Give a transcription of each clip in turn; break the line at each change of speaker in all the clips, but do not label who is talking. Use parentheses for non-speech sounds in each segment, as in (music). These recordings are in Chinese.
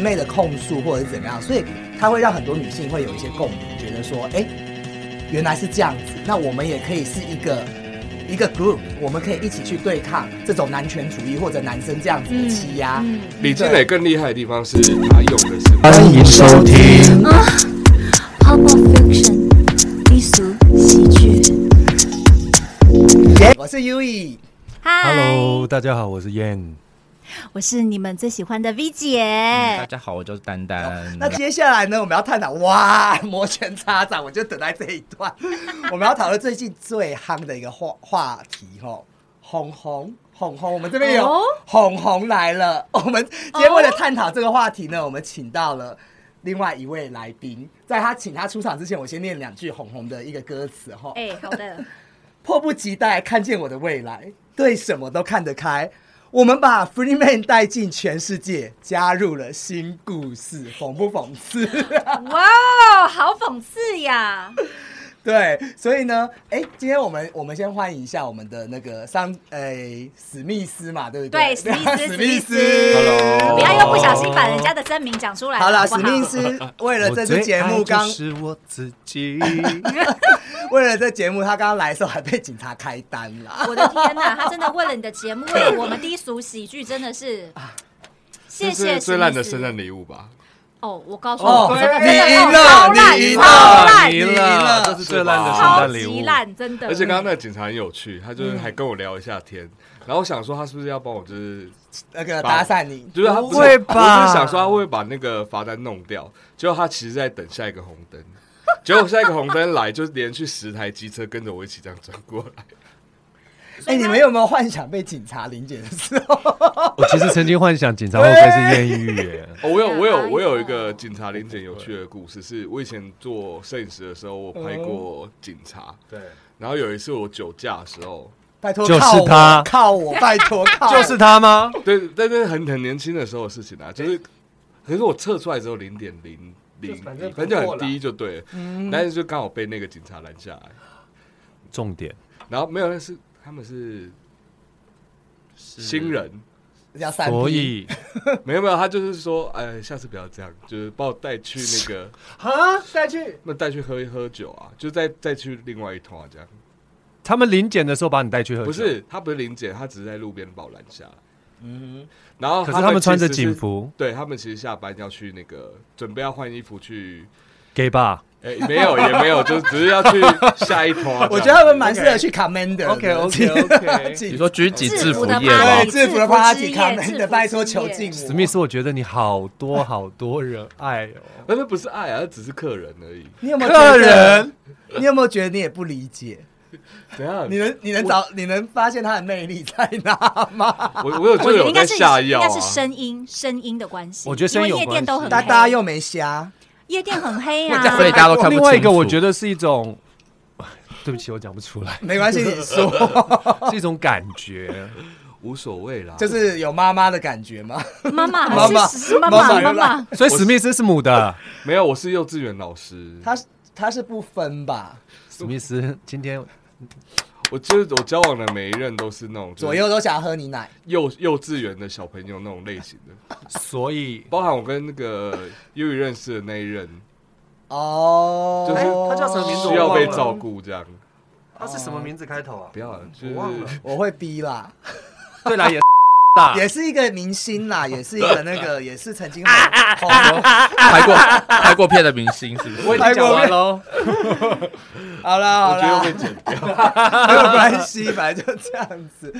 昧的控诉或者是怎么样，所以它会让很多女性会有一些共鸣，觉得说，哎、原来是这样子，那我们也可以是一个一个 group，我们可以一起去对抗这种男权主义或者男生这样子的欺压。
李金磊更厉害的地方是他用的是
欢迎收听。
Pop Up Fiction，低俗喜剧。
耶我是 U E，
嗨
Hello，大家好，我是 Yan。
我是你们最喜欢的 V
大
嗯
姐。
家好，我就是丹丹。
那接下来呢，我们要探讨哇，摩拳擦掌，我就等待这一段。 (laughs) 我们要讨论最近最夯的一个话话题哦，红红。红红，我们这边有
哦
红红来了。 (laughs) 我们今天为了探讨这个话题呢，我们请到了另外一位来宾。在他请他出场之前，我先念两句红红的一个歌词哈。
哎、好的，
迫不及待看见我的未来，对什么都看得开。我们把 Freeman 带进全世界，加入了新故事，讽不讽刺？ (laughs)
哇哦，好讽刺呀！
对，所以呢，哎，今天我们我们先欢迎一下我们的那个桑，哎，史密斯嘛，对不对？
对
(laughs)
史密
史
斯
密斯
史密斯
Hello
不要又不小心把人家的真名讲出来
哦好了，
了，
史
好不好
密斯为了这
我最
次节
爱
目
就
刚
是我自 (laughs) 己。
为了这节目，他刚刚来的时候还被警察开单啦。
我的天哪，他真的为了你的节目，
(laughs)
为了我们低俗喜剧，真的是，
啊
谢
这
谢
是最烂的
史密
圣
斯
诞礼物吧？
哦，我告诉
哦
你，真的
你
真的
赢
哦
了
超烂，
你赢了
超烂
你
你
赢了
这是最烂的圣
超
诞礼
级
物。
烂，真的。
而且刚刚那个警察很有趣，他就是还跟我聊一下天，然后我想说他是不是要帮我，就是
那个搭讪你，
就是他
不会吧
我就是想说他会把那个罚单弄掉，结果他其实在等下一个红灯，结果下一个红灯来，就连续十台机车跟着我一起这样转过来。
哎，你们有没有幻想被警察临检的时候？
我其实曾经幻想警察会不会是艳遇耶？
(laughs)
哦我有我
哪
有
有
我有一个警察临检有趣的故事，是我以前做摄影师的时候，我拍过警察，
对，
然后有一次我酒驾的时候，
拜托，
就是
靠我
他
靠
(laughs)
我，拜托，靠我
就是他吗？
对，但是很很年轻的时候的事情啊，就是，可是我测出来只有零点零零，
反正不
反正就
过
很
啦
低就对了，但是就刚好被那个警察拦下来，
重点，
然后没有，那是他们是新人，
要三 P，
所以
没有没有，他就是说，哎，下次不要这样，就是把我带去那个， (laughs)
啊，再去
那带去喝一喝酒啊，就再再去另外一团啊，这样。
他们临检的时候把你带去喝酒，
不？是，他不是临检，他只是在路边把我拦下来。嗯，然后
可是他们穿着
其实
警
是，
服
对他们其实下班要去那个，准备要换衣服去，
，gay 吧？
哎、没有也没有，就只是要去下一
(laughs)
团啊。
我觉
这
得
样
他们蛮适合去 Commander。
OK，
你说举起制服
的
夜吗
对
party，
制服的 party Commander，拜托求
敬。
进我。
史密斯，我觉得你好多好多人爱哦。
那那不是爱啊，那只是客人而已。
你有没有
客
觉得？
人，
你有没有觉得你也不理解？
等一下，
你能你能找你能发现他的魅力在哪吗？
我我有
我
就
觉得
有
应该
在
是
下药啊
应该。是声音声音的关系。
我觉得声音
因
有
为夜店都很
关
大
系
黑，
家又没瞎，
夜店很黑
所以
啊。
大家都看不清
另
楚。
外一个我觉得是一 (laughs) 种，对不起，我讲不出来，
没关系，你说
(laughs) 是一种感觉。
无所谓啦，
就是有妈妈的感觉吗？
妈
妈
妈
妈
是是妈
妈妈
妈
原来
妈妈，
所以史密斯是母的，
没有，我是幼稚园老师，
他他是不分吧，
(laughs) 史密斯今天
我就是我交往的每一任都是那种就是
左右都想喝你奶。
幼幼稚园的小朋友那种类型的，
所以
包含我跟那个优语认识的那一任，
哦，
就是
他叫什么名字
需要被照顾这样。
他是什么名字开头啊
不要了，就
我忘了
是
我会逼啦。
对啦，也大
也是一个明星啦，也是一个那个，也是曾经很红。
拍过拍过片的明星是不是？
我已经讲完喽。
好啦好
我觉得
啦
会，被剪掉。
(laughs) 没有关系，反正就这样子。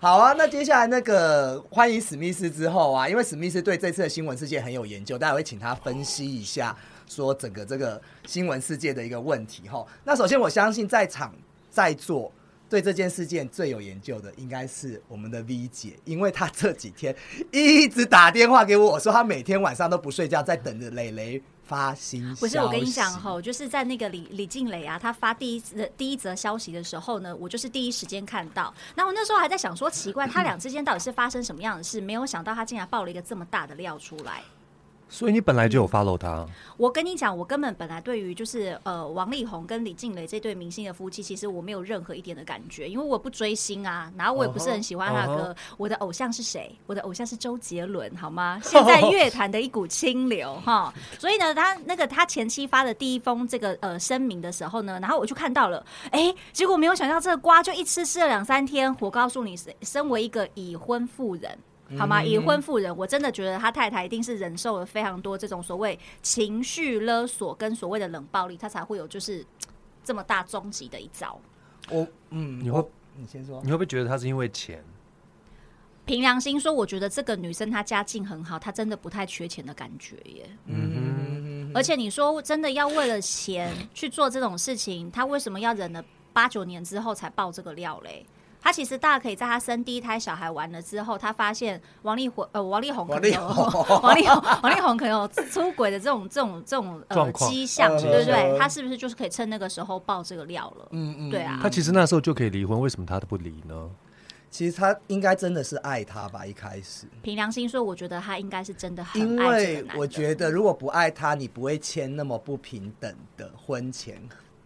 好啊，那接下来那个欢迎史密斯之后啊，因为史密斯对这次的新闻事件很有研究，大家会请他分析一下，说整个这个新闻事件的一个问题哈。那首先我相信在场在座。对这件事件最有研究的应该是我们的 V 姐，因为她这几天一直打电话给我，说她每天晚上都不睡觉，在等着蕾蕾发新消息。
不是我跟你讲哦吼，就是在那个李李静蕾啊，她发第一则第一则消息的时候呢，我就是第一时间看到。然后我那时候还在想说，奇怪，他俩之间到底是发生什么样的事？没有想到他竟然爆了一个这么大的料出来。
(laughs) 所以你本来就有 follow 他，
我跟你讲，我根本本来对于就是呃王力宏跟李静蕾这对明星的夫妻，其实我没有任何一点的感觉，因为我不追星啊，然后我也不是很喜欢他的歌。我的偶像是谁？我的偶像是周杰伦，好吗？现在乐坛的一股清流哈。所以呢，他那个他前期发的第一封这个呃声明的时候呢，然后我就看到了，哎，结果没有想到这个瓜就一吃吃了两三天。我告诉你，身为一个已婚妇人。好吗？已婚妇人，我真的觉得他太太一定是忍受了非常多这种所谓情绪勒索跟所谓的冷暴力，他才会有就是嘖这么大终极的一招。
我嗯，
你会
我你先说
你，会不会觉得他是因为钱？
凭良心说，我觉得这个女生她家境很好，她真的不太缺钱的感觉耶。
嗯，
而且你说真的要为了钱去做这种事情，她为什么要忍了八九年之后才爆这个料嘞？她其实大家可以在她生第一胎小孩完了之后，她发现王力宏呃王力宏可能有 (laughs) 王力宏王力宏可能有出轨的这种这种这种呃
状况嗯
迹象，
呃
对不对
呃？
她是不是就是可以趁那个时候爆这个料了？
嗯嗯
对啊
他其实那时候就可以离婚，为什么他都不离呢？
其实他应该真的是爱他吧，一开始，
凭良心说，我觉得她应该是真的
因
很爱这个
为
男的。
我觉得如果不爱他，你不会签那么不平等的婚前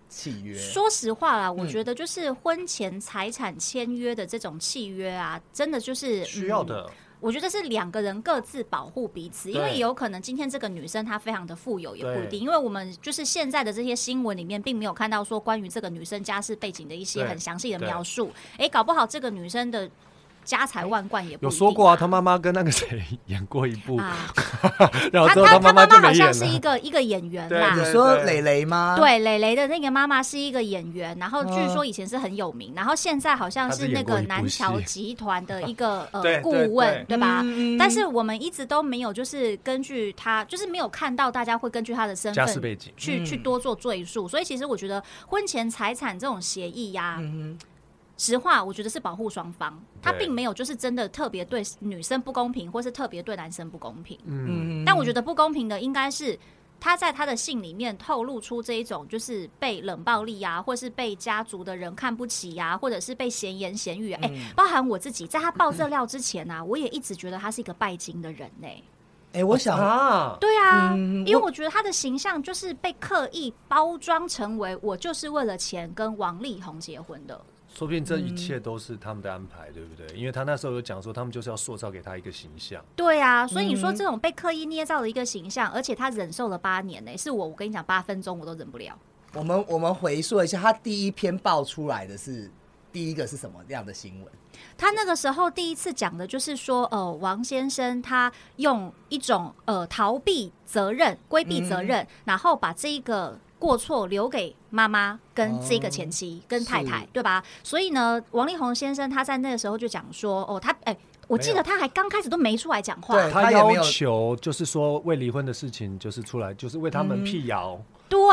契约。
说实话啦，
嗯
我觉得就是婚前财产签约的这种契约啊，真的就是
嗯需要。的，
我觉得是两个人各自保护彼此，因为
对
有可能今天这个女生她非常的富有，也不一
对
定。因为我们就是现在的这些新闻里面，并没有看到说关于这个女生家世背景的一些
对
很详细的
对
描述。诶，搞不好这个女生的家财万贯也不一定
有说过啊，他妈妈跟那个谁演过一部，
啊，
(laughs) 然后
她
之后
她
妈
妈
就
好
没演
像是一
了。
个一个演员
对
啦，
你
对
说磊磊吗？，
对，磊磊的那个妈妈是一个演员，然后据
啊嗯
说以前是很有名，然后现在好像
她
是
是
那
演过
个
一部
南
戏
桥集团的一
(laughs)
个呃
对
顾
对
问
对，
对吧？
嗯
但是我们一直都没有，就是根据他，就是没有看到大家会根据他的身
家世背
份
景，
去
嗯
去多做赘述，所以其实我觉得婚前财产这种协议呀、
嗯哼
实话我觉得是保护双方，他
对
并没有就是真的特别对女生不公平，或是特别对男生不公平。
嗯，
嗯
但我觉得不公平的应该是他在他的信里面透露出这一种就是被冷暴力啊，或是被家族的人看不起呀、或者是被闲言闲语、啊。哎、包含我自己，在他爆这料之前啊，我也一直觉得他是一个拜金的人呢、
哎，我想
啊，
对啊，
嗯
因为嗯我觉得他的形象就是被刻意包装成为我就是为了钱跟王力宏结婚的。
说不定这一切都是他们的安排，对不对？因为他那时候有讲说，他们就是要塑造给他一个形象。
对啊，所以你说这种被刻意捏造的一个形象，而且他忍受了八年呢、是我，我跟你讲，八分钟我都忍不了。
我们我们回溯一下，他第一篇爆出来的是第一个是什么样的新闻？
他那个时候第一次讲的就是说，呃，王先生他用一种呃逃避责任、规避责
嗯
任，然后把这一个过错留给妈妈跟这个前
哦
妻、跟太太
是，
对吧？所以呢，王力宏先生他在那个时候就讲说，哦，他哎、我记
没
得
有
他还刚开始都没出来讲话，
对他也没有
要求就是说为离婚的事情，就是出来就是为他
嗯
们辟谣，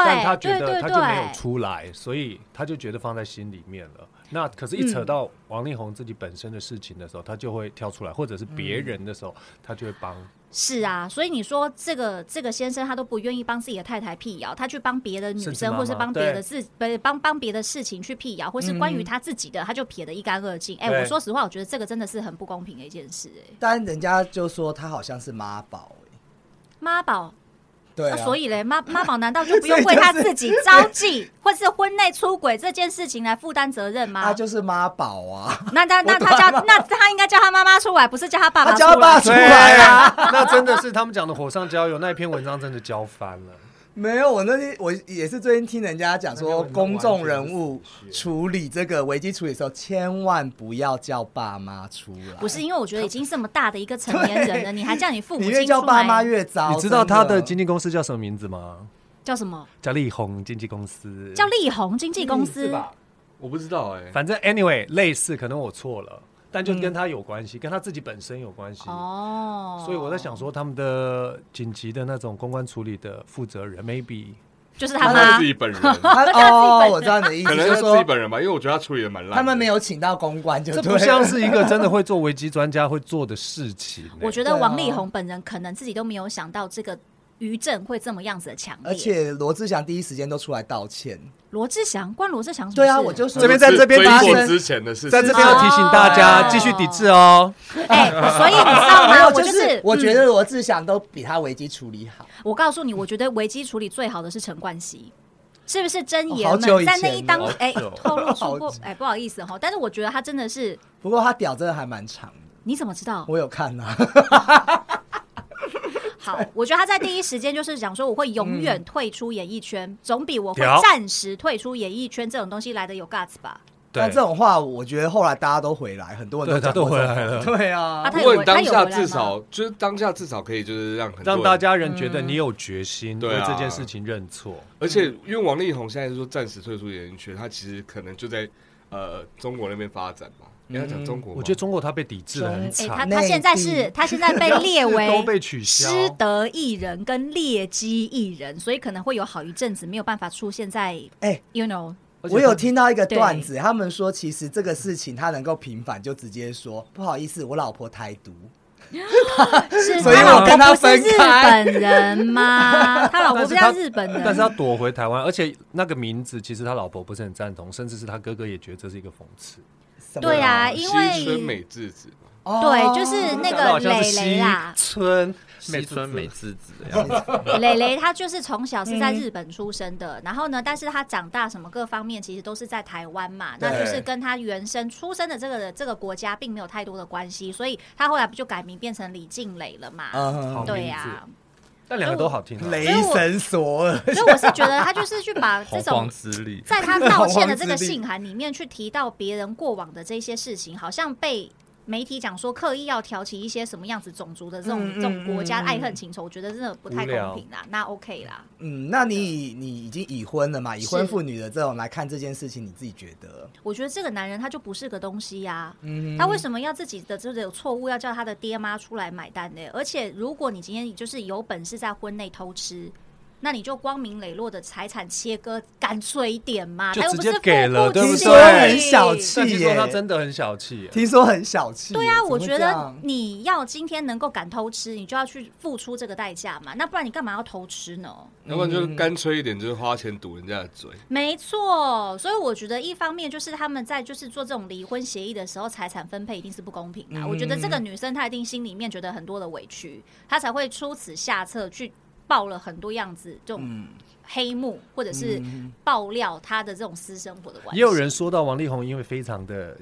但他
对
觉
对对
得他就没有
对，
出来，所以他就觉得放在心里面了。
嗯
那可是，一扯到王力宏自己本身的事情的时候，他就会跳出来，或者是别人的时
嗯
候，他就会帮。
是啊，所以你说这个这个先生他都不愿意帮自己的太太辟谣，他去帮别的女
甚至妈
生，
妈
或是帮别的
对
事，不是帮帮别的事情去辟谣，或是关于他自己的，他就撇得一干二净。哎、
对
我说实话，我觉得这个真的是很不公平的一件事、哎，
但人家就说他好像是妈宝、欸，
妈宝，
对、
啊
啊
所以嘞，
(laughs)
妈妈宝难道就不
所
用
以就
为
是
他自己招妓、或是婚内出轨这件事情来负担责任吗？
他就是妈宝啊，
那那那他叫那他应该叫他妈妈出来，不是叫他爸爸
他
出来。
叫他爸出来啊。
啊，那真的是他们讲的火上浇油，那一篇文章真的浇翻了。
没有，我那天我也是最近听人家讲说，公众人物处理这个危机处理的时候，千万不要叫爸妈出来，
不是因为我觉得已经这么大的一个成年
(laughs)
人了，你还叫你父母
你
亲
越叫
出
爸
来，
妈越糟。
你知道他的
真
经纪公司叫什么名字吗？
叫什么？
叫力宏经纪公司，
叫力宏经纪公司
嗯
是。吧？
我不知道哎、
反正 anyway 类似，可能我错了，但就跟他有关系，跟他自己本身有关系。
嗯哦，
所以我在，想说，他们的紧急的那种公关处理的负责人，maybe
就是
他
他
是
妈
自，
(laughs)
己本人，
(laughs)
他哦，我知道你的意
可
思，
能
就是是
自己
说
本人吧，因为我觉得他处理的蛮烂的。
他们没有请到公关，
(laughs)
就
这
对
不
了
像是一个真的会做危机专家会做的事情
(laughs)
欸、
我觉
对
得
啊
王力宏本人可能自己都没有想到这个余震会这么样子的强烈。
而且罗志祥第一时间都出来道歉。
罗志祥，关罗志祥什么
对啊，
事
我就说
这边
在这边
追
发
溯
生
之。前的事情，
在这边要提醒大家
哦
继续抵制哦。
(laughs)
哎、所以你知道
没
吗？
有，
我
就
就是
是我觉
嗯
得罗志祥都比他危机处理好。
我告诉你，我觉得危机处理最好的是陈冠希。是不是真言
哦好
们、
久以前
在那一当
了
哎、
好久
透露出
好
过
久
哎、不好意思哈，但是我觉得他真的是
不过他屌真的还蛮长的，
你怎么知道？
我有看啊。
好，我觉得他在第一时间就是讲说我会永远退出演艺圈，
嗯
总比我会
屌
暂时退出演艺圈这种东西来的有 guts 吧？
那这种话，我觉得后来大家都回来，很多人
对，他
讲
都
过
回
这种
来了，
对啊，
啊他
不
有
过
回
你
他
当
有
下
回来吗
至少就是当下至少可以就是让很多
让
人
大家人觉得你
嗯
有决心
对
为
啊
这件事情认错。
而且，因为王力宏现在是说暂时退出演艺圈，他其实可能就在呃中国那边发展嘛。你要讲中国吗，
我觉得中国他被抵制的很
哎、
惨，
他
内
他现在是
地
他现在被列
都
为
被取消。
失德艺人跟劣迹艺人，所以可能会有好一阵子没有办法出现在
哎
you know
而且
我有
他
听到一个段子，他们说其实这个事情他能够平反，就直接说不好意思，我老婆台独。
是
所以
她
我
老婆
跟她
不是
分
日
开
本人吗？他老婆
但
不
是
像
他
日本人，
(laughs) 但是他躲回台湾，而且那个名字其实他老婆不是很赞同，甚至是他哥哥也觉得这是一个讽刺。
什么
对啊，
啊
因
西村美
为
智子嘛，
哦
对就是那
讲得
个
好像
蕾
是
蕾
西
啦，
村
西村美智子的样子，
(laughs)
蕾蕾她就是从小是
嗯
在日本出生的，然后呢，但是她长大什么各方面其实都是在台湾嘛，
对
那就是跟她原生出生的这个这个国家并没有太多的关系，所以她后来不就改名变成李静蕾了嘛？
嗯，
对呀、
但两个都好听、啊。
雷神索尔，
所以我是觉得他就是去把这
洪
(laughs)
种
荒之力。
在他道歉的这个信函里面去提到别人过往的这些事情，好像被媒体讲说刻意要挑起一些什么样子种族的这种、
嗯嗯
这种国家
嗯嗯
爱恨情仇，我觉得真的不太
无聊
公平啦。那 OK 啦，
嗯，那你以你已经已婚了嘛？已婚
是
妇女的这种来看这件事情，你自己觉得？
我觉得这个男人他就不是个东西呀、
嗯，
他为什么要自己的这种错误要叫他的爹妈出来买单呢？而且如果你今天就是有本事在婚内偷吃。那你就光明磊落的财产切割，干脆一点嘛！
就
他又
直
不
接
是富
给了
不
对不
起
听
对
说很小气
但听说
耶，
他真的很小气耶，
听说很小气耶。
对啊，
怎么会
我觉
这
得
样
你要今天能够敢偷吃，你就要去付出这个代价嘛，那不然你干嘛要偷吃呢？
要不然就是干脆一点，就是花钱堵人家的嘴。
没错，所以我觉得一方面就是他们在就是做这种离婚协议的时候，财产分配一定是不公平的啊、
嗯
我觉得这个女生她一定心里面觉得很多的委屈，她才会出此下策去爆了很多样子这种
嗯，
黑幕，或者是爆料她的这种私生活的关系。
也有人说到王力宏因为非常的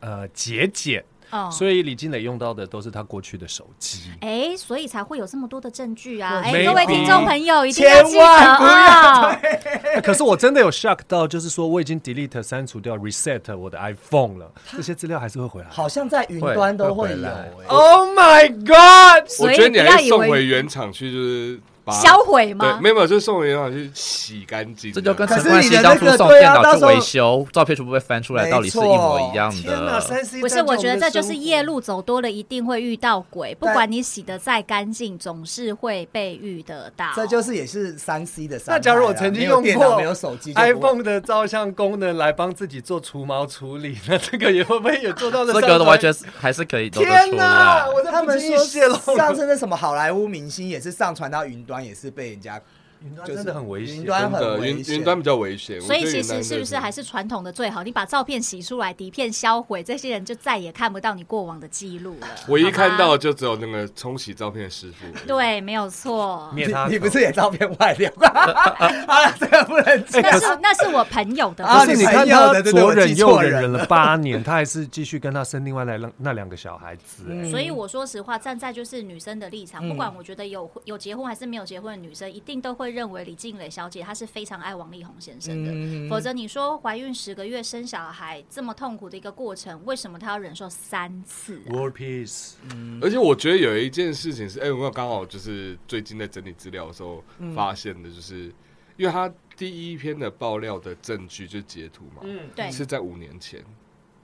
呃节俭，
哦
所以李金磊用到的都是他过去的手机。
哎、所以才会有这么多的证据啊！哎、
对
各位
maybe
听众朋友一定要记
千
得
万不
啊、
哎可是我真的有 shock 到，就是说我已经 delete 删除掉 reset 我的 iPhone 了，这些资料还是会回来。
好像在云端都会有
会
哎
会回。
Oh my god！
所
我
以
觉得你
不
还
要
是
以
送回
为
原厂去，就是把
销毁
对，
吗？
没有，没有就是送回原厂去洗干净。呃
这就跟
可
陈
是
冠
你
希
的
当
那
初
个
送
对
电
啊
脑
到
去
时候
维修，照片全部被翻出来，
没
道理是一
错
模一样
天哪
的。
31
不是，
战
我
就
觉得
们
这
的
就是
生
夜
活
路走多了，一定会遇到鬼。不
但
管你洗的再干净，总是会被遇得到。
这就是也是三 C 的伤害
那
啦。
假如我曾经
没有
用
电脑
过
没有手机就不会
iPhone 的照相功能来帮自己做除毛处理，那这个也会不会也做到
这
了？
个的完全是还是可以都得
天
出
哪
来。
我的
他
不
们
经意泄露
说上
了，
次那什么好莱坞明星也是上传到云端，也是被人
(laughs)
家
云端
就是
真的很危险
云。端
真
很
的
危
云
险
云端比较危险。
所以
我觉得
其
云端
实是不是
真的
还是传统的最好？你把照片洗出来，底片销毁，这些人就再也看不到你过往的记录了。
我一
好吗
看到，就只有那个冲洗照片的师傅。
对，没有错。
灭他
你 (laughs) 你
口
不是也照片外流？ (laughs) 好了，这个不能讲。
那是那是我朋友的
啊
可
故
是
事，
你
你
看
朋友
他
的对对
左
我记
忍右
错
忍
人
忍了八年，他还是继续跟他生另外那两那两个小孩子。哎
所以我说实话，站在就是女生的立场，
嗯
不管我觉得有有结婚还是没有结婚的女生，一定都会认为李静蕾小姐她是非常爱王力宏先生的。
嗯
否则你说怀孕十个月生小孩这么痛苦的一个过程，为什么她要忍受三次、啊？
World Peace，
而且我觉得有一件事情是，哎、我刚好就是最近在整理资料的时候发现的，就是、因为他第一篇的爆料的证据就是截图嘛，
嗯，
对，
是在五年前，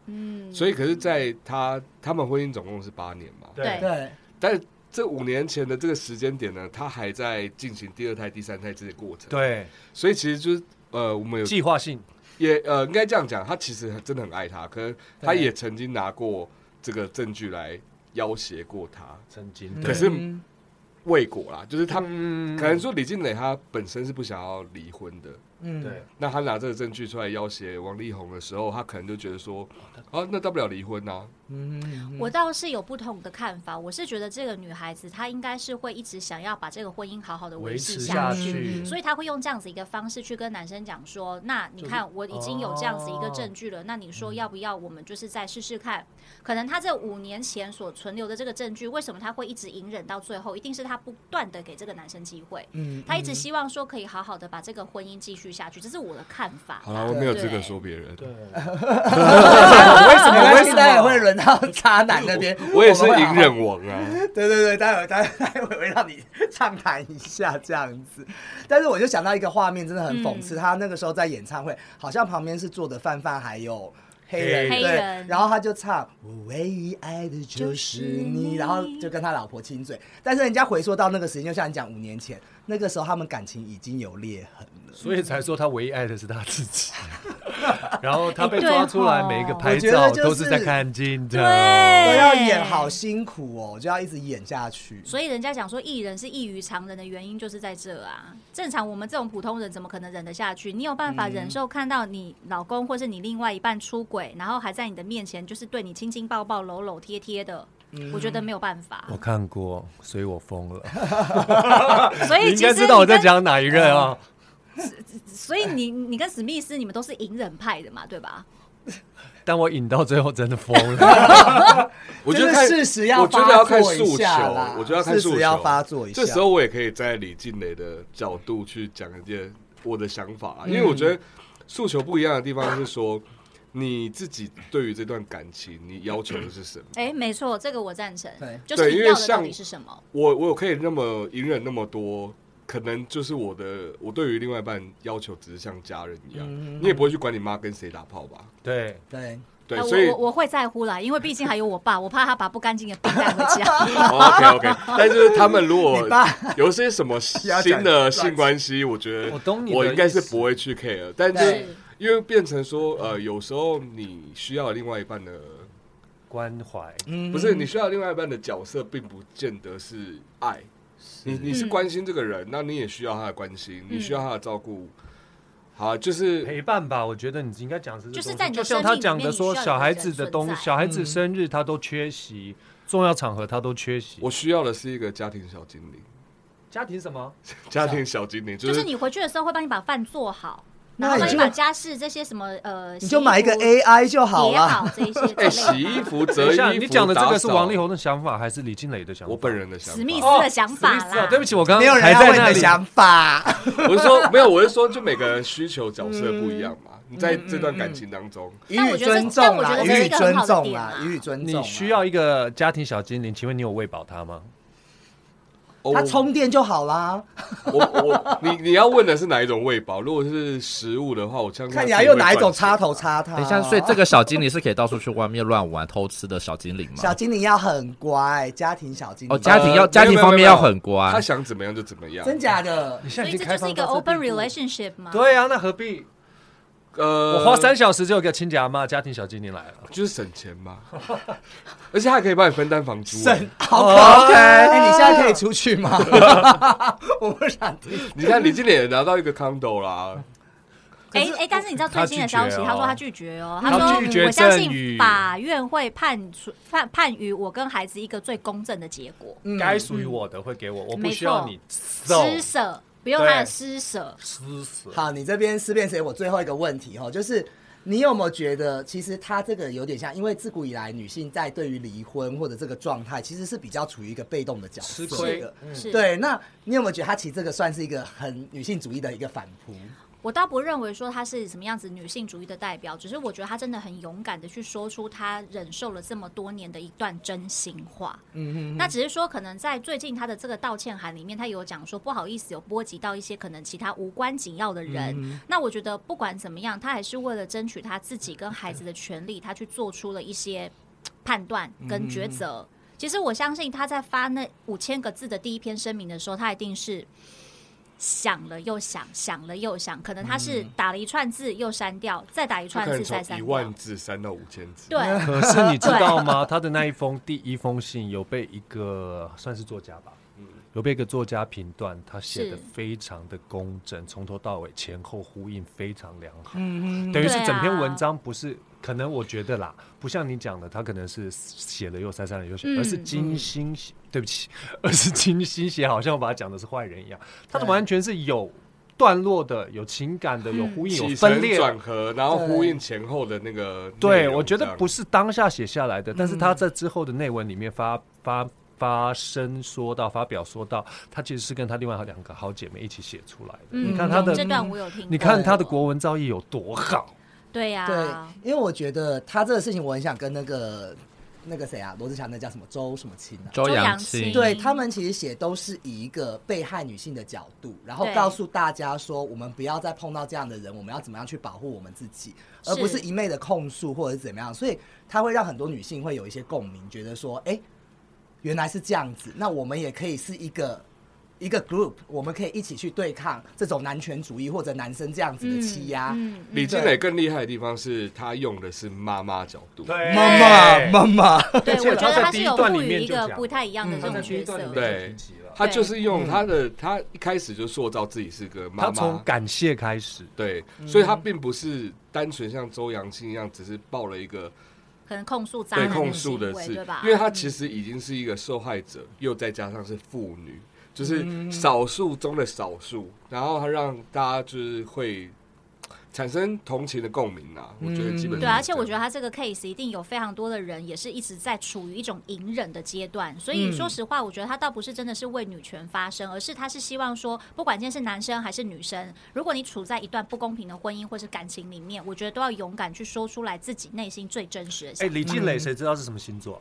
嗯，
所以可是在他他们婚姻总共是八年嘛，
对
对，
但是这五年前的这个时间点呢，他还在进行第二胎、第三胎这些过程，，
对，
所以其实就是呃，我们有
计划性
也呃，应该这样讲，他其实很真的很爱他，可是他
对
也曾经拿过这个证据来要挟过他，
曾经，
可
对
是
嗯
未果啦，就是他
嗯
可能说李静蕾她本身是不想要离婚的，
嗯，
对，
那他拿这个证据出来要挟王力宏的时候，他可能就觉得
哦
说，啊，那大不了离婚呐、啊。
嗯嗯
我倒是有不同的看法，我是觉得这个女孩子她应该是会一直想要把这个婚姻好好的
维
持
持下
去，
去
嗯，
所以她会用这样子一个方式去跟男生讲说：“那你看，我已经有这样子一
哦
个证据了，那你
嗯
说要不要？我们就是再试试看。可能她这五年前所存留的这个证据，为什么她会一直隐忍到最后？一定是她不断的给这个男生机会，
嗯
她一直希望说可以好好的把这个婚姻继续下去，这是我的看法。
好了，我没有资格说别人，
对，
为什么？为什么也会轮到渣男那边？
我也是
们会好好
隐。忍王啊。
对对对，待会待会待会会让你 (laughs) 畅谈一下这样子。但是我就想到一个画面，真的很讽刺。他那个时候在演唱会，好像旁边是坐的范范还有。黑人
黑
对
人，
然后他就唱“我唯一爱的就是你”，然后就跟他老婆亲嘴。但是人家回溯到那个时间，就像你讲五年前，那个时候他们感情已经有裂痕
嗯
了。
所以才说他唯一爱的是他
(laughs)
自己。然后他被
哎对
抓出来，
吼
每一个拍
我觉得
照
就是
都是在看镜头。
对
都要演好辛苦哦，就要一直演下去。
所以人家讲说艺人是异于常人的原因就是在这啊。正常我们这种普通人怎么可能忍得下去？你有办法
嗯
忍受看到你老公或是你另外一半出轨，然后还在你的面前就是对你亲亲抱抱、搂搂贴贴的？我觉得没有办法
嗯我。看过，所以我疯了。
(laughs) 所
(laughs) 你
以
应
其实
该知
你
道我在
跟，哦
讲哪一任啊？
所以你你跟史密斯你们都是隐忍派的嘛，对吧？
但我引到最后真的疯
(laughs)
了。
我觉得看
就是事实要
我觉得要看
发作
诉
一
求
下啦，
我觉得要看
事
诉
实
求，
要发作一下
这时候我也可以在李静蕾的角度去讲一件我的想法
嗯
啊，因为我觉得诉求不一样的地方是说，你自己对于这段感情你要求的是什么？
哎、没错，这个我赞成
对。
就是
对
你
因为
要的到
像
底是什么？
我我可以那么隐忍那么多，可能就是我的我对于另外一半要求只是像家人一样，
嗯
你也不会去管你妈跟谁打炮吧？
对，
对，
对，
呃
所以
我我我会在乎啦，因为毕竟还有我爸，我怕他把不干净的病带回家。
OK OK，但哦就是他们如果
(laughs)
你爸
有些什么新的性关系，我觉得
我懂你的
我应该是
意思
不会去 care，但
对
是因为变成说呃，有时候你需要另外一半的，
关怀
嗯
不是你需要另外一半的角色，并不见得是爱，你你是
嗯
关心这个人，那你也需要他的关心，你
嗯
需要他的照顾。好，就是
(laughs) 陪伴吧，我觉得你应该讲的是这
就是
东西
在你的
就像他讲
生命
的
里
说，
面你需要有
小孩子的
一个
东
人存在
小孩子生日他都缺席，重要场合他都缺席。
我需要的是一个家庭小精灵，
家庭什么？
家庭小精灵
就
就是
是你回去的时候会帮你把饭做好，
那
然后帮
你
你
就
把家事这些什么呃，
你就买一个
洗衣
AI 就
服
好
叠
了。
好这一些之类的
(laughs) 哎，
吗。
洗衣服、折
(laughs) 等一下，
衣服，
你讲的这个是王力
宏，
宏的想法还是李金磊的想法？
我本人的想法。
史密斯的想法
史密斯哦
啦。
对不起，我刚
没有
刚
人
还
要
在
问你
那
的
里。
想法，
我是说没有，我是说就每个人需求角色不一样
嗯
嘛。你在这段感情当中，
予
但
以
我觉得
尊
但
重
我觉
啦，
得
予
这是
以
一个很
尊
好的
重
点
啦
啊，
予以尊重啦。
你需要一个家庭小精灵，请问你有喂饱他吗？
哦
他充电就好啦，
我我你你要问的是哪一种喂饱？如果是食物的话，我相信
看你
他
还
自己
用
会
哪一种
赚钱
插头插他。
等一下，所以这个小精灵是可以到处去外面乱玩、偷吃的小精灵
小
吗？
精灵要很乖，家庭小精灵
哦，家庭要
呃
家庭
没有
方面
没有
要
没有
很乖。
他想怎么样就怎么样。
真假的
哦
你现
所
在
以
已
这
经开
就是
放
一个
到这
open
地步
relationship 嘛。
对啊，那何必？
呃，
我花三小时就有个亲家妈，家庭小精灵来了。
就是省钱嘛，
(laughs)
而且他还可以帮你分担房租。欸
省好
哦
可 OK，哎，你现在可以出去吗？ (laughs) 我不想听。
你看李经理也拿到一个 condo 啦，
哎哎，但是你知道最新的消息，
他拒绝哦
他说他拒绝哦，说
他拒绝
我相
赠与
信法院会判处判判于我跟孩子一个最公正的结果，
嗯
该属于我的会给我，我不
没
需要
错
你走
施舍不用他的
对
施舍。
施舍。
好，你这边思辨谁？我最后一个问题哈，哦就是你有没有觉得，其实她这个有点像，因为自古以来女性在对于离婚或者这个状态，其实是比较处于一个被动的角色
吃亏
的。
是
嗯
对，那你有没有觉得她其实这个算是一个很女性主义的一个反扑？
我倒不认为说她是什么样子女性主义的代表，只是我觉得她真的很勇敢的去说出她忍受了这么多年的一段真心话。
嗯
那只是说，可能在最近她的这个道歉函里面，她有讲说不好意思，有波及到一些可能其他无关紧要的人。
嗯
那我觉得不管怎么样，她还是为了争取她自己跟孩子的权利，她去做出了一些判断跟
嗯
抉择。其实我相信她在发那五千个字的第一篇声明的时候，她一定是想了又想，想了又想，可能他
嗯
是打了一串字又删掉，再打一
他
串
可能
字
从
再删
一
掉
万。字删到五千字。
对，
可
嗯
是你知道吗？他的那一封第一封信有被一个算是作家吧，有被一个作家评断，他写的
是
非常的工整，从头到尾前后呼应非常良好，
嗯，
等于是
对啊
整篇文章不是。可能我觉得啦，不像你讲的，他可能是写了又删，删了又写，
嗯
而是精心写。对不起， (laughs) 而是精心写，好像我把他讲的是坏人一样。他
对
完全是有段落的，有情感的，有呼应，有
起
分
承
裂的
转合，然后呼应前后的那个内容。
对，我觉得不
是
是当下写下来的，但是他在之后的内文里面发发发声说到发表说到，他其实是跟他另外两个好姐妹一起写出来的。
嗯，
(laughs) 你看他的
这，段我有听过，
你看他的国文造诣有多好，
对啊呀、
对，因为我觉得他这个事情，我很想跟那个那个谁啊，罗志祥那叫什么周什么清啊，
周
周
扬
扬
青
青
对他们其实写都是以一个被害女性的角度，然后
对
告诉大家说，我们不要再碰到这样的人，我们要怎么样去保护我们自己，而
是
不是一昧的控诉或者是怎么样。所以他会让很多女性会有一些共鸣，觉得说，哎、原来是这样子，那我们也可以是一个。一个 group，我们可以一起去对抗这种男权主义或者男生这样子的欺压。
嗯
李静蕾更厉害的地方是，她用的是妈妈角度。
对
妈妈，妈妈，
嗯对，
而且
我觉
他
得
在
他
第
是
一
有
段里
赋予
面
一
就
个
讲嗯
不太一样的这
他在
种
第一
角
段里
色。
面
对
就提及了，
她就是用她的，她一开始就塑造自己是个妈
嗯他从嗯
妈。
感谢开始，
对，所以她并不是单纯像周扬青一样，只是报了一个
可能控诉渣
被
男
控
行
诉的
为
事
对吧？，嗯
因为她其实已经是一个受害者，又再加上是妇女，就是
嗯
少数中的少数，然后她让大家就是会产生同情的共鸣啊。我觉得基本上是这样
对啊，而且
嗯
我觉得他这个 case 一定有非常多的人也是一直在处于一种隐忍的阶段，所以
嗯
说实话，我觉得他倒不是真的是为女权发声，而是他是希望说，不管今天是男生还是女生，如果你处在一段不公平的婚姻或是感情里面，我觉得都要勇敢去说出来自己内心最真实的
哎，
想法。
李静蕾谁知道是什么星座？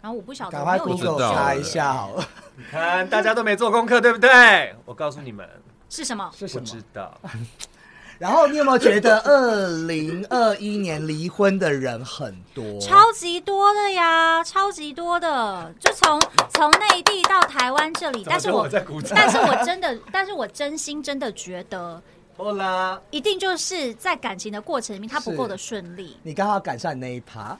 然后我不晓得，
赶
我
快
没有
Google
道
查
了
一下好了，
你看大家都没做功课，对不对？我告诉你们，
是什么？
是
不知道，
然后你有没有觉得二零二一年离婚的人很多？
超级多的呀，超级多的，就从从内地到台湾这里，但是我
在鼓掌，
但是我真的，但是我真心真的觉得，
好啦，
一定就是在感情的过程里面，他不
是
够的顺利。
你刚好赶上那一趴，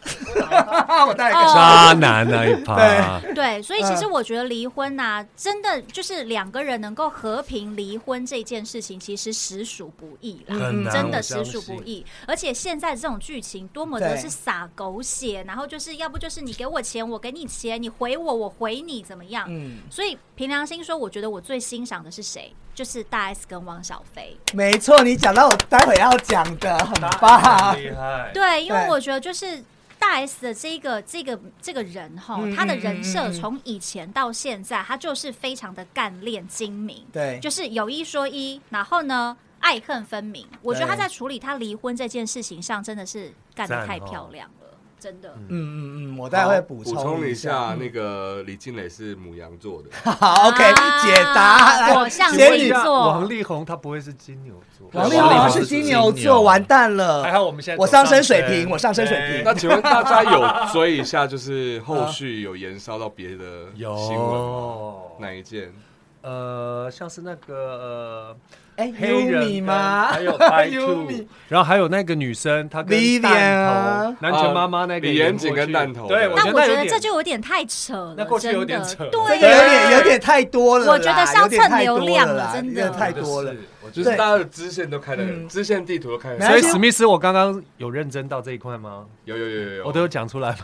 我带 (laughs)
哦
渣男那一趴，
对，所以其实我觉得离婚呐、真的就是两个人能够和平离婚这件事情，其实实属不易啦。
很难
嗯真的
我相
实属
信
不易，而且现在这种剧情多么的
对
是撒狗血，然后就是要不就是你给我钱，我给你钱，你回我，我回你，怎么样？
嗯，
所以凭良心说，我觉得我最欣赏的是谁？就是大 S 跟汪小菲。
没错，你讲到我待会要讲的，很棒。
厉害，
对，啊因
对
为我觉得就是大 S 的这个这个这个人哈
嗯，
他的
嗯嗯
人设
嗯
从以前到现在，他就是非常的干练精明，
对
就是有一说一，然后呢爱恨分明。我觉得
对
他在处理他离婚这件事情上，真的是干
赞
得太
哦
漂亮了，真的。
嗯嗯嗯，我待会补
补充
一
一下，那个李静蕾是母羊
(laughs)
座的，
好，OK，
啊
解答来
火象
仙
星
女
座
王力宏他不会是金牛座，
王
王
力
力
宏
宏
好像是金牛座，完蛋
还
了。
好我们现在
我上升水平，我上升水
那
哎
平。
请问大家有追一下，就是后续有延烧到别的新闻吗？
有
哪一件？
呃，像是那个
哎
呃黑
优
人
米吗？
还
(laughs)
有白
Yumi
兔，然后还有那个女生，她跟
Vivian 啊
蛋头南拳妈妈那个
啊李
演
延景
过去
跟蛋头
对，
的
但
觉
我
得
觉得
有
这
点
就有点太扯了，
那过去有点
真
扯
的
了
这
对啊
个
呀、
有点有点太多了啦，
我觉得烧
有点太
蹭流
多
量了
啦
真的
有点太多了。，
我觉
就
得
对
是大家的支线都开的
嗯，
支线地图都开
没
的，
关
所
系
以史密斯，我刚刚有认真到这一块吗？
有有有有有，
我都有讲出来吗？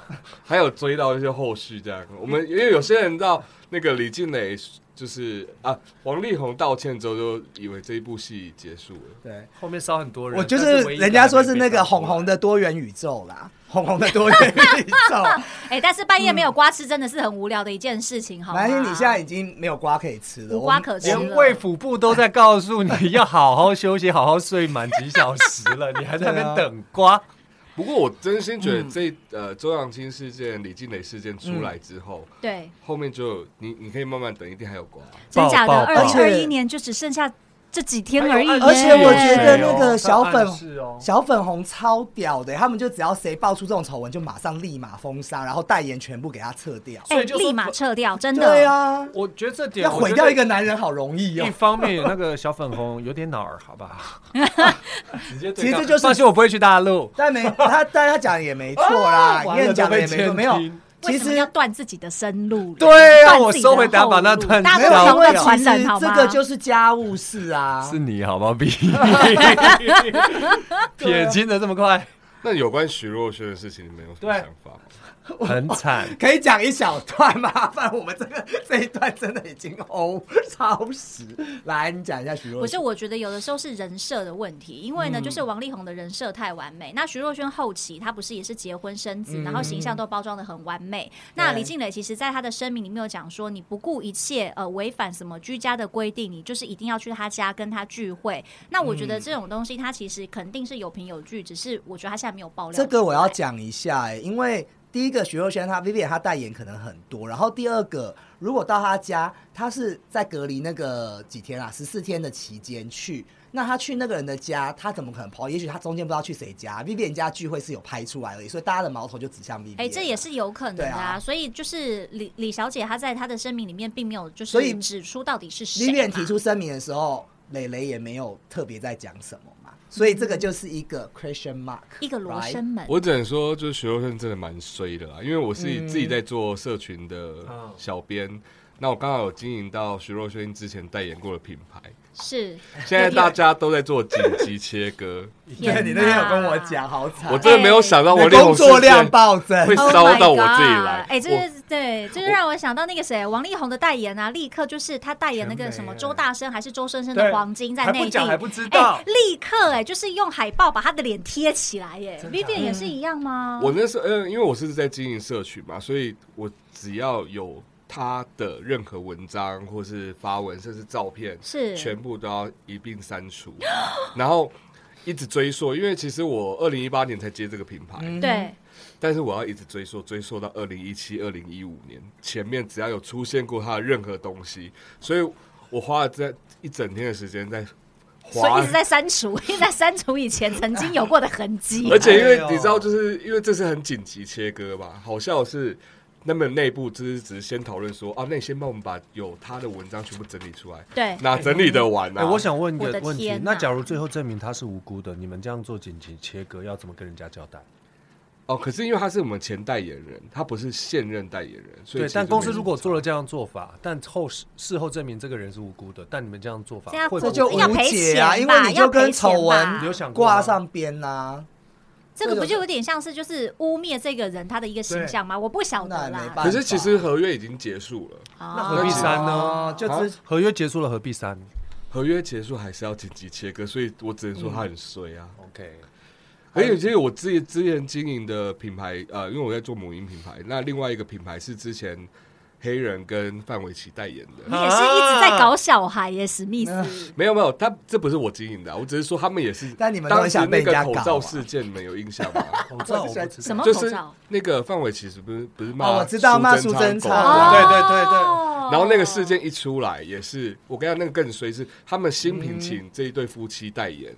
还有追到一些后续这样。我
(laughs)
们因为有些人到那个李静蕾就是啊，王力宏道歉之后，就以为这一部戏结束了。
对，
后面烧很多人，
我就
但
是
唯一一
人家说是那
还
个
没被烧
红
出来
红的多元宇宙啦， (laughs) 红红的多元宇
(laughs)
宙。
哎、但是半夜没有瓜吃真的是很无聊的一件事情，好吗？
反正嗯你现在已经没有瓜可以吃了，
无
我
瓜
们
可吃
连
了
卫福部都在告诉你要好好休息、好好睡满几小时了，你还在那边等瓜？
不过我真心觉得
嗯
这、呃周扬青事件、李静蕾事件出来之后，
嗯
对，
后面就有你你可以慢慢等，一定还有瓜。
真假的，
爆
二
爆
零
爆
二一年就只剩下这几天而已耶。
哎而且我觉
啊
得那个小粉
是哦，
小粉红超屌的，他们就只要谁爆出这种丑闻，就马上立马封杀，然后代言全部给他撤掉。
哎、
所以就说
立马撤掉，真的。
对啊，
我觉得这点
要毁掉一
个。
个男人好容易哦
一。方面，那个小粉红有点脑儿，好吧？直接
对其实这就是
放心，我不会去大陆。
但没他，但他讲的也没错啦，
(laughs) 完了
燕讲的也
都
没
被
错，
监
没有
听。
为什
其
么
实
要断自己的生路？
对啊
断
我
自己的
收回答
后
把那
路
段
大家
剪
都同
因
个
为其
传
实
人好
这
吗？
个就是家务事啊。
(laughs) 是你好 (laughs) 吗？比撇清的这么快，
那有关徐若瑄的事情，你们有什么
对
想法吗？
很惨。
可以讲一小段吗？麻烦我们这个这一段真的已经哦超时。来，你讲一下徐若
可是
瑄。
我觉得有的时候是人设的问题，因为呢，
嗯
就是王力宏的人设太完美。那徐若瑄后期她不是也是结婚生子，然后形象都包装的很完美。那
嗯对
李静蕾其实在她的声明里面有讲说，你不顾一切呃违反什么居家的规定，你就是一定要去她家跟她聚会。那我
嗯
觉得这种东西她其实肯定是有凭有据，只是我觉得她现在没有爆料出
这
来。
个我要讲一下、欸，因为第一个徐若瑄她 Vivian 她代言可能很多，然后第二个如果到她家，她是在隔离那个几天啊，十四天的期间去。那她去那个人的家，她怎么可能跑？也许她中间不知道去谁家，Vivian 家聚会是有拍出来而已，所以大家的矛头就指向 Vivian。
哎、这也是有可能的
对啊
所以就是李李小姐她在她的声明里面并没有就
所以
是指出到底是谁
Vivian
嘛
提出声明的时候，蕾蕾也没有特别在讲什么嘛，所以这个就是一个 question mark，
嗯一个罗
right？
生门。
我只能说，就是徐若瑄真的蛮衰的啦，因为我是自己在做社群的
嗯
小编，那我刚好有经营到徐若瑄之前代言过的品牌，
是，
现在大家都在做紧急切
(laughs)
割，
对， (laughs) 你那天有跟我讲，好 (laughs) 惨，
哎
我真的没有想到
你
我
的
力宏
工作量暴增。
会 (laughs) 烧到我自己
Oh my
来
god 哎、这是对，这就让我想到那个谁，王力宏的代言啊，立刻就是他代言那个什么
全美
周大生还是周生生的黄金在
还
内
不
地。
讲还不知
哎、
道。
立刻哎、就是用海报把他的脸贴起来耶、Vivian 也是一样吗？
嗯我那时候，呃，因为我是在经营社群嘛，所以我只要有他的任何文章或是发文，甚至照片，
是
全部都要一并删除， (gasps) 然后一直追溯。因为其实我二零一八年才接这个品牌，嗯
对，
但是我要一直追溯，追溯到二零一七、二零一五年，前面只要有出现过他的任何东西，所以我花了这一整天的时间在
所以
划
一直在删除， (laughs) 一直在删除以前曾经有过的痕迹。
而且因为
哎呦
你知道，就是因为这是很紧急切割嘛，好笑是那么内部就是只是先讨论说啊，那你先帮我们把有他的文章全部整理出来，
对，
哪整理得完
哎、
啊？
我想问一
我
个
的
问题
天，
那
哪
假如最后证明他是无辜的，你们这样做紧急切割，要怎么跟人家交代？
哦，可是因为他是我们前代言人，他不是现任代言人，所以其
对，
实
但公司
没什么
如果做了
差
这样做法，但后事事后证明这个人是无辜的，但你们这样做法
这样
会
这
不会
就
我要
无
赔
解啊，
钱
因
吧
为你就
要
跟
赔
丑
钱吧
你有
闻
想过吗
挂上边啊呐、
这个不就有点像是就是污蔑这个人他的一个形象吗？我不晓得
那也没
啦
办。法
可是其实合约已经结束了，
哦
那何必删呢啊
哦就只
合约结束了何必删
合约结束还是要紧急切割，所以我只能说他很衰啊。
？OK，
而且其实我自己之前经营的品牌，呃，因为我在做母婴品牌，那另外一个品牌是之前黑人跟范玮琪代言的。
你也是一直在搞小孩耶，史密斯。
没有没有，他这不是我经营的啊、我只是说他们也是。
但你们都
当
很
时
想被
那
人家
个
搞
口
啊
罩事件，你们有印象吗？
口罩我不知
什
道。
么
就
口
是
罩？
那个范玮琪是不是不是骂、
哦我知道骂苏贞
狗
昌
啊
对对对对
哦
然后那个事件一出来，也是我跟你讲，那个更衰是他们新品请这一对夫妻代言，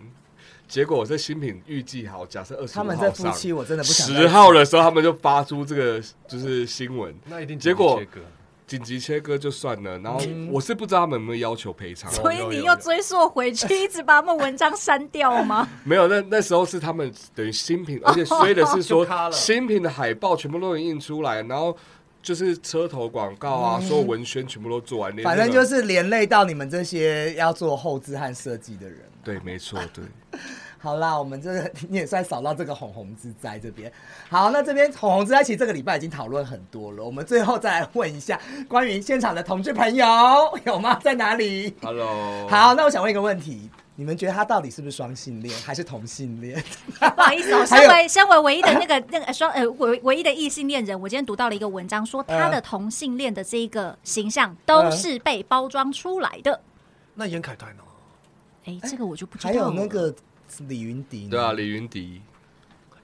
结果这新品预计好，假设二十
他们这夫妻我真的不想再
十号的时候，他们就发出这个就是新闻，
那一定
结果
紧急切割
紧急切割就算了。然后
嗯
我是不知道他们有没有要求赔
哦
偿，啊
所以你又追溯
(laughs)
回去，一直把他们文章删掉吗？
没有。那那时候是他们等于新品，而且
哦
衰的是
(laughs)
就
说
咖了
新品的海报全部都能印出来，然后就是车头广告啊，所有文宣全部都做完，连
嗯反
那
正
个
就是连累到你们这些要做后置和设计的人。
对，没错，对。
好啦，我们这个你也算扫到这个红红之灾这边。好，那这边红红之灾其实这个礼拜已经讨论很多了，我们最后再来问一下关于现场的同志朋友 (laughs) 有吗？在哪里？
Hello，
好，那我想问一个问题，你们觉得他到底是不是双性恋还是同性恋？
不好意思哦，
还有
身为身为唯一的那个那
(laughs)
个双呃唯唯一的异性恋人，我今天读到了一个文章，说他的同性恋的这一个形象都是被包装出来的。
那严凯泰呢？
哎，这个我就不知道
还
了。
有那个李云迪呢，
对啊，李云迪，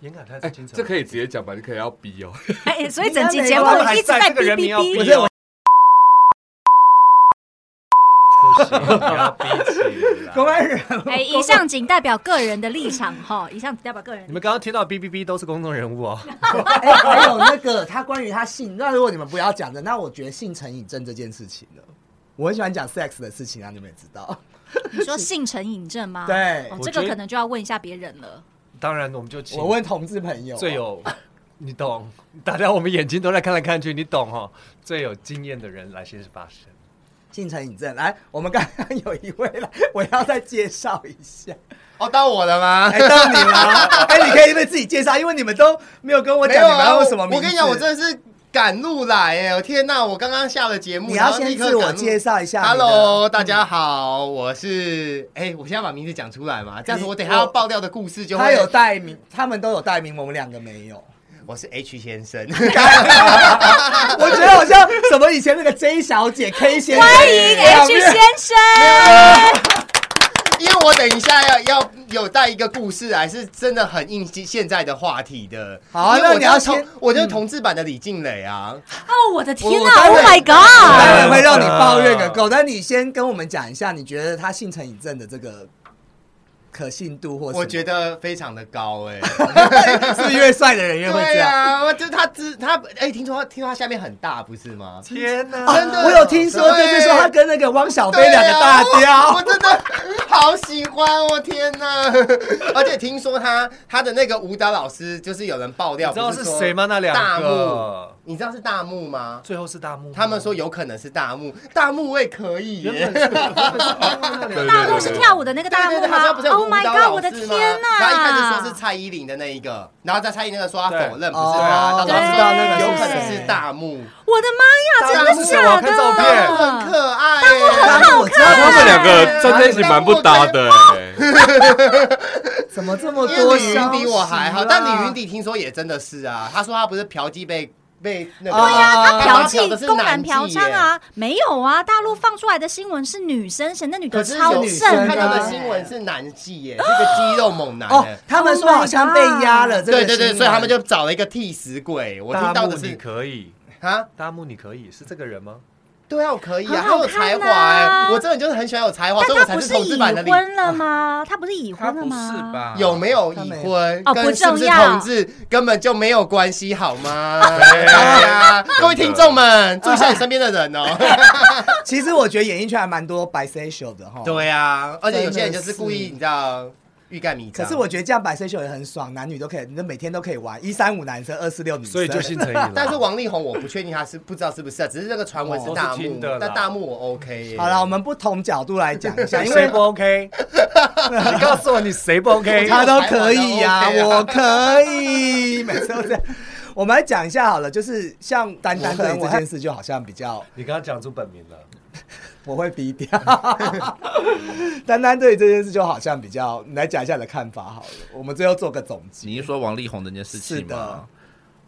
严凯泰
哎、
是金城武，
这可以直接讲吧？你可能要逼 (laughs) 哦。
哎，所以整期
应该没
节目
有
一直在
这个
哔
人名要
哔
不
哔。
是我
不行，不要逼起来
公安人，
哎，以上仅代表个人的立场哈，以上仅代表个人
你。们刚刚听到 B B B 都是公众人物 (laughs) 哦。
哎、还有那个他关于他性，那如果你们不要讲的，那我觉得性成瘾症这件事情呢，我很喜欢讲 sex 的事情啊，你们也知道。
你说性成瘾症吗？
对
哦
我
这个
觉得
可能就要问一下别人了。
当然，我们就请哦
我问同志朋友，啊
最有你懂，大家我们眼睛都在看来看去，你懂哦。最有经验的人来先是发声。
进城引证，来，我们刚刚有一位来，我要再介绍一下，
哦，到我了吗？
(laughs) 哎，到你了，哎，你可以为自己介绍，因为你们都没有跟哎我
没
讲
有
你们
啊，
要
我
用什么名字。
我跟你讲，我真的是赶路来哎！我天哪，我刚刚下了节目，
你要
然后
先
立刻
自我
赶路
介绍一下你的嗯
Hello，大家好，我是哎，我现在把名字讲出来嘛，这样子
你
我等一下要爆料的故事就
他
会
有代名，他们都有代名，我们两个没有。
我是 H 先生，
(laughs) 我觉得好像什么以前那个 J 小姐 K 先生，
欢迎 H 先生，
因为我等一下要要有带一个故事来，是真的很应现在的话题的。
好啊
因为
那
我
你要
就是同
先嗯
我就是同志版的李静蕾啊，
哦，我的天
我
啊
待
，Oh
会
my
待
God！
会会让你抱怨个够。但你先跟我们讲一下，你觉得他性成瘾症的这个可信度或什么
我觉得非常的高哎、
是不是越帅的人越会这
对
样。
啊，就他只他哎、听说他听说他下面很大不是吗？
天哪！
啊
真的
我有听说，
对
就是说他跟那个汪小菲
对
两个大
啊我我
雕，
真的 (laughs) 好喜欢，我天哪！ (laughs) 而且听说他他的那个舞蹈老师，就是有人爆料，
你知道
不
是
说
谁吗那两
大
个
木，你知道是大木吗？
最后是大幕，
他们说有可能是大木，大木我也可
(laughs)
以
原
耶。
本是原本是大幕那两个
大陆是跳舞的那个大
对
幕
对对好
吗
像不是有
？Oh
舞
my
蹈
God！
老
我的
师吗
天呐！
然后一开始说是蔡依林的那一个，然后在蔡依林那个说他否认不是他，
哦
到时候
对嗯
是
我知道那个是
有可能
谁
是大木，
我的妈呀，
大
真
陆
的
是我
假
看照片
大木
的？
很可爱耶，
大陆我知道
好
他
看
他
们
们
两
两
个 (laughs)
个站在一起蛮不搭的、欸，
怎么这么
因
多
为李
消
云
息
迪我还好，
啊
啦
但李云迪听说也真的是啊，他说他不是嫖妓被被那个，
对呀
他嫖
他嫖的
妓
是
公然
男
嫖
妓
娼
耶。
啊？没有啊，大陆放出来的新闻是女生写，那女
可
的
是
超
有
正啊
看到的
的。
新闻是男妓耶，是个肌肉猛男
哦
耶。，
他们说好像被压了，这个啊
对对
新
对，
闻
所以他们就找了一个替死鬼。我听
大
到
幕
的
你
是
可以，
啊，
大幕你可以是这个人吗？
对啊，我可以
很
啊，很
好
有才华
看啊
哎，我这人就是很喜欢有才华，
但
哦所以我
他
才
不
是
是
同志
已
版的李。哦
婚了吗？他不是已婚了吗？？
有没有已婚
哦不
跟是
重
不是
要
同志根本就没有关系，好
(laughs)
吗？对呀，各位听众们，注意一下你身边的人哦。
其实我觉得演艺圈还蛮多 bisexual 的哈。。
对呀，而且有些人就是
真
故
的
意，
是
你知道欲盖弥彰。
可是我觉得这样 bisexual 也很爽，男女都可以，你就每天都可以玩，一三五男生，二四六女生。
所以就性成瘾了。
但是王力宏我不确定他是不知道是不是啊，只是这个传闻是大
哦都是
幕
听的，啦
但大幕我 OK 耶。
好了，我们不同角度来讲一下， (laughs) 因
谁
为
不 OK？你告诉我
(laughs)
你谁不 OK？
他都可以呀、
我
我可以，每次都这样。我们来讲一下好了，就是像丹丹对这件事，就好像比较
你刚刚讲出本名了，
我会低调。丹丹对这件事就好像比较，你来讲一下你的看法好了。我们最后做个总结。
你是说王力宏的那件事
是
情
的
吗？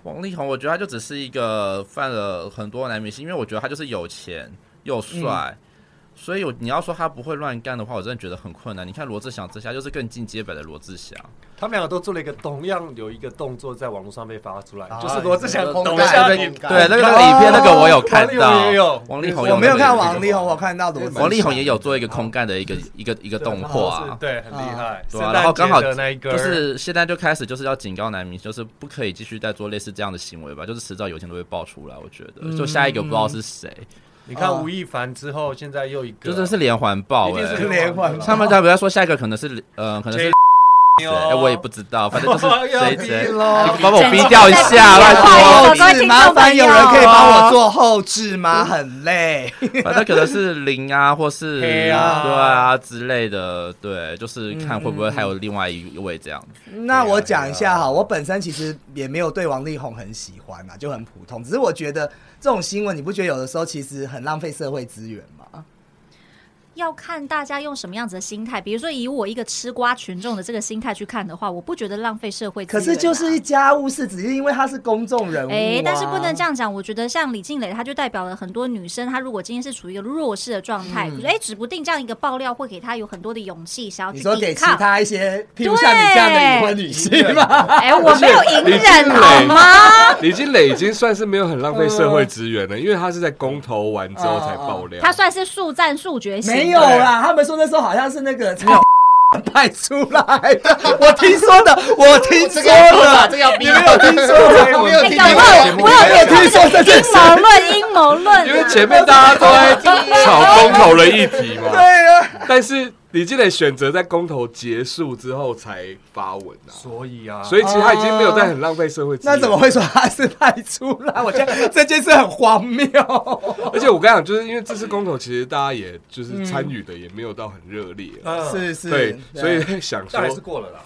王力宏，我觉得他就只是一个犯了很多男明星，因为我觉得他就是有钱又
嗯
帅，所以我你要说他不会乱干的话，我真的觉得很困难。你看罗志祥之下，就是更进阶版的罗志祥，
他们两个都做了一个同样有一个动作在网络上被发出来，
啊
就是罗志祥
你说
同
同感
下
同
你
感
对那个那
哦
个影片那个我有看
王力宏
到
也有，
王力宏
我没有看王力
那
宏，
个
我看到罗志祥
王力宏也有做一个空干的一个一个一个动画，
对，很厉害。
对
圣
啊，
诞
然后刚好
节的那一个
就是现在就开始就是要警告男明星，就是不可以继续再做类似这样的行为吧，就是迟早有一天都会爆出来。我觉
嗯
得，就下一个不知道是谁，
你看吴亦凡之后，现在又一个，
就真的是连环爆
一
哎、
定 (laughs) 是
连环爆
他们在不在说下一个可能是呃，可能是
J-
谁？
哦
哎，我也不知道，反正就
(laughs)
是
要
谁
逼
谁，
咯
帮我逼掉一下，
整集都在逼我
乱说。
各位听众朋友
麻烦有人可以帮我做后置吗？很累。
反正可能是零啊，或是
黑啊
对啊之类的，对，就是看会不会还
嗯
有另外一位这样子。
那我讲一下哈，我本身其实也没有对王力宏很喜欢啊，就很普通。只是我觉得这种新闻，你不觉得有的时候其实很浪费社会资源吗？
要看大家用什么样子的心态。比如说，以我一个吃瓜群众的这个心态去看的话，我不觉得浪费社会资
可
源啊、
是就是一家务事，只是因为他是公众人物、啊，
哎、但是不能这。样讲。我觉得像李静蕾，她就代表了很多女生。她如果今天是处于一个弱势的状态，
嗯
哎、指不定这样一个爆料会给她有很多的勇气，想要
你
去
说给
抵
其
抗。
他一些，譬如像你这样的已婚女性吗？
哎、我没有隐忍啊好
磊
吗？
(laughs) 李金磊已经算是没有很浪费社会资源了，因为他是在公投完之后才爆
嗯
料。
她算是速战速决型的，
(laughs) 没有啊 (laughs) 啦，他们说那时候好像是那个蔡 (laughs) 派出来的，我听说的，我
(laughs)
听说
这个要说吧
的，
这个要
你
逼
没有听说
(laughs) 我
吗？
没有
哎。
听
搞
这
不
个
好
节目
我有点
听说这件
阴
事
谋论，阴谋论啊。
因为前面大家都在吵公投的议题嘛，
(laughs) 对啊，
(laughs) 但是李金磊选择在公投结束之后才发文啊，
所以啊，
所以其实他已经没有在很浪费社会资源。
哦那怎么会说他是派出来？我觉得这件事很荒 (laughs) 谬。
而且我跟你讲，就是因为这次公投，其实大家也就是参与的也没有到很热烈啊、
嗯
是是，
对，所以在想
但还是
说
过了啦。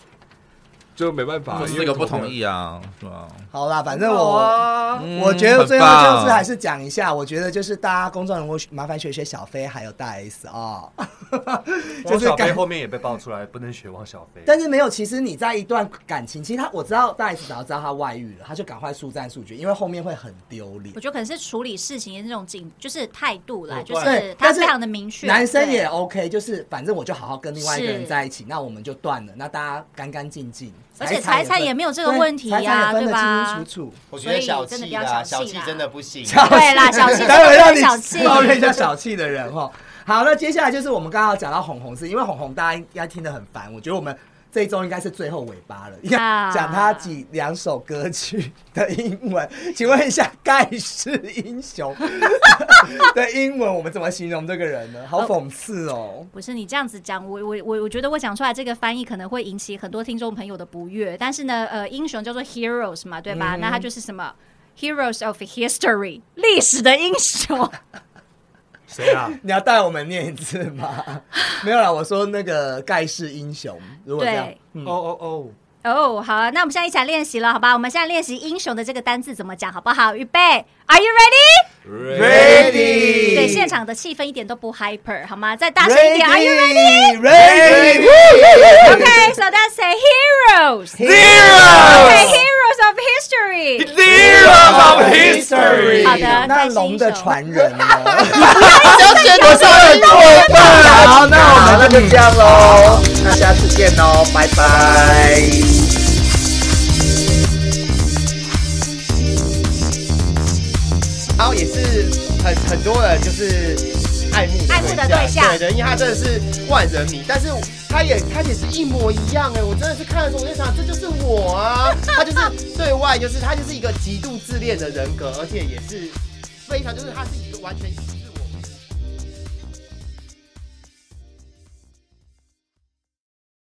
就没办法，
我
因
四
为
个不
投票
同。意啊，是
(laughs)
吧？
好啦，反正我、嗯
啊，
我觉得最后
很
就
棒
是还是讲一下，我觉得就是大家公众人物麻烦学学小飞还有大 S 哦， (laughs) 就
汪
是
小菲
感。
后面也被爆出来，不能学汪小菲。
但是没有，其实你在一段感情，其实他我知道大 S 只要知道他外遇了，他就赶快速战速决，因为后面会很丢脸
我。觉得可能是处理事情的那种紧，就是态度啦，
果
就
断
是他
哦但是
非常的明确。
男生
对
也 OK，就是反正我就好好跟另外一个人
是
在一起，那我们就断了，那大家干干净净。
而
财
且财
产
产
也
也
分
没有这个问题
财产也
呀，
分得
对
清
吧
清楚？楚。
我觉得小
所以真的
气
不要
啦，
小
小
气啦
气真的不行。
对啦，
(laughs)
小气，
待会让你
小气，
抱怨一下小气的人哈。好，那接下来就是我们刚刚有讲到红红是，因为红红大家应该听得很烦，我觉得我们这一周应该是最后尾巴了，要
啊
讲他几两首歌曲的英文。 (laughs) 请问一下，盖世英雄 (laughs) 的英文我们怎么形容这个人呢？好讽刺哦！
不是你这样子讲，我我我我觉得我讲出来这个翻译可能会引起很多听众朋友的不悦。但是呢，呃，英雄叫做 heroes 嘛，对
嗯
吧？那他就是什么 heroes of history，历史的英
(laughs)
雄。
谁啊？
你要带我们念一次吗？ (laughs) 没有啦，我说那个盖世英雄，如果这样
对，
(laughs) 嗯
哦哦哦，
哦，好啊，那我们现在一起来练习了，好吧？我们现在练习英雄的这个单字怎么讲，好不好？预备，Are you ready？
Ready
对，现场的气氛一点都不 hyper，好吗？再大声一点，Are you
ready?
ready？OK，so that's a heroes。
Zero
Okay, heroes of history。
Zero of history。
好的
那
开心
龙的
手
传人哦呢？
小雪多少人过分？
好， (laughs) 那我们就这样喽，那下次见喽，拜拜。
然后也是很很多人就是爱慕
爱慕的对象
对的，因为他真的是万人迷，但是他也他也是一模一样哎、我真的是看的时候我就想，这就是我
(laughs)
啊，他就是对外就是他就是一个极度自恋的人格，而且也是非常就是他是一个完全一致。